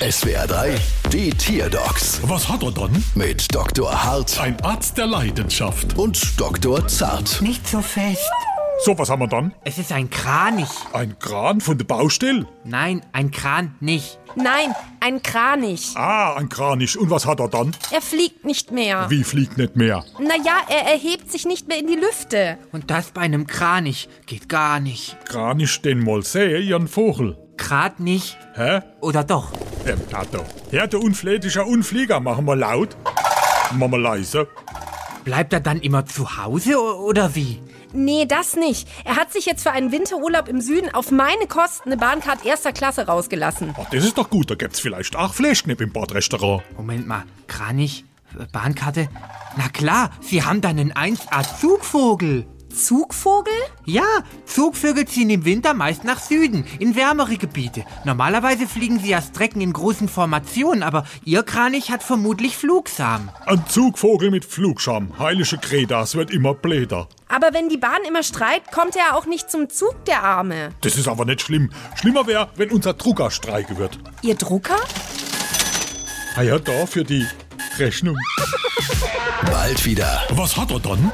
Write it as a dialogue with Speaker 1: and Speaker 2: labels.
Speaker 1: SWR 3, die Tierdocs
Speaker 2: Was hat er dann?
Speaker 1: mit Dr. Hart
Speaker 2: Ein Arzt der Leidenschaft.
Speaker 1: und Dr. Zart.
Speaker 3: Nicht so fest.
Speaker 2: So, was haben wir dann?
Speaker 3: Es ist ein Kranich.
Speaker 2: Ein Kran von der Baustelle?
Speaker 3: Nein, ein Kran nicht.
Speaker 4: Nein, ein Kranich.
Speaker 2: Ah, ein Kranich. Und was hat er dann?
Speaker 4: Er fliegt nicht mehr.
Speaker 2: Wie fliegt nicht mehr?
Speaker 4: Naja, er erhebt sich nicht mehr in die Lüfte.
Speaker 3: Und das bei einem Kranich geht gar nicht.
Speaker 2: Kranich den mal sehe, ihren Vogel.
Speaker 3: Grad nicht
Speaker 2: Hä?
Speaker 3: oder doch.
Speaker 2: Ähm, da, da. Ja, der unflätischer Unflieger. Machen wir laut. Machen wir leise.
Speaker 3: Bleibt er dann immer zu Hause o- oder wie?
Speaker 4: Nee, das nicht. Er hat sich jetzt für einen Winterurlaub im Süden auf meine Kosten eine Bahncard erster Klasse rausgelassen.
Speaker 2: Ach, das ist doch gut. Da gibt's vielleicht auch Fleischknepp im Bordrestaurant.
Speaker 3: Moment mal, Kranich, äh, Bahnkarte. Na klar, sie haben dann einen 1A Zugvogel.
Speaker 4: Zugvogel?
Speaker 3: Ja, Zugvögel ziehen im Winter meist nach Süden, in wärmere Gebiete. Normalerweise fliegen sie ja Strecken in großen Formationen, aber ihr Kranich hat vermutlich Flugsamen.
Speaker 2: Ein Zugvogel mit Flugscham. Heilige Greta, es wird immer bläder.
Speaker 4: Aber wenn die Bahn immer streikt, kommt er auch nicht zum Zug, der Arme.
Speaker 2: Das ist aber nicht schlimm. Schlimmer wäre, wenn unser Drucker streiken wird.
Speaker 4: Ihr Drucker?
Speaker 2: Ah ja, da für die Rechnung.
Speaker 1: Bald wieder.
Speaker 2: Was hat er dann?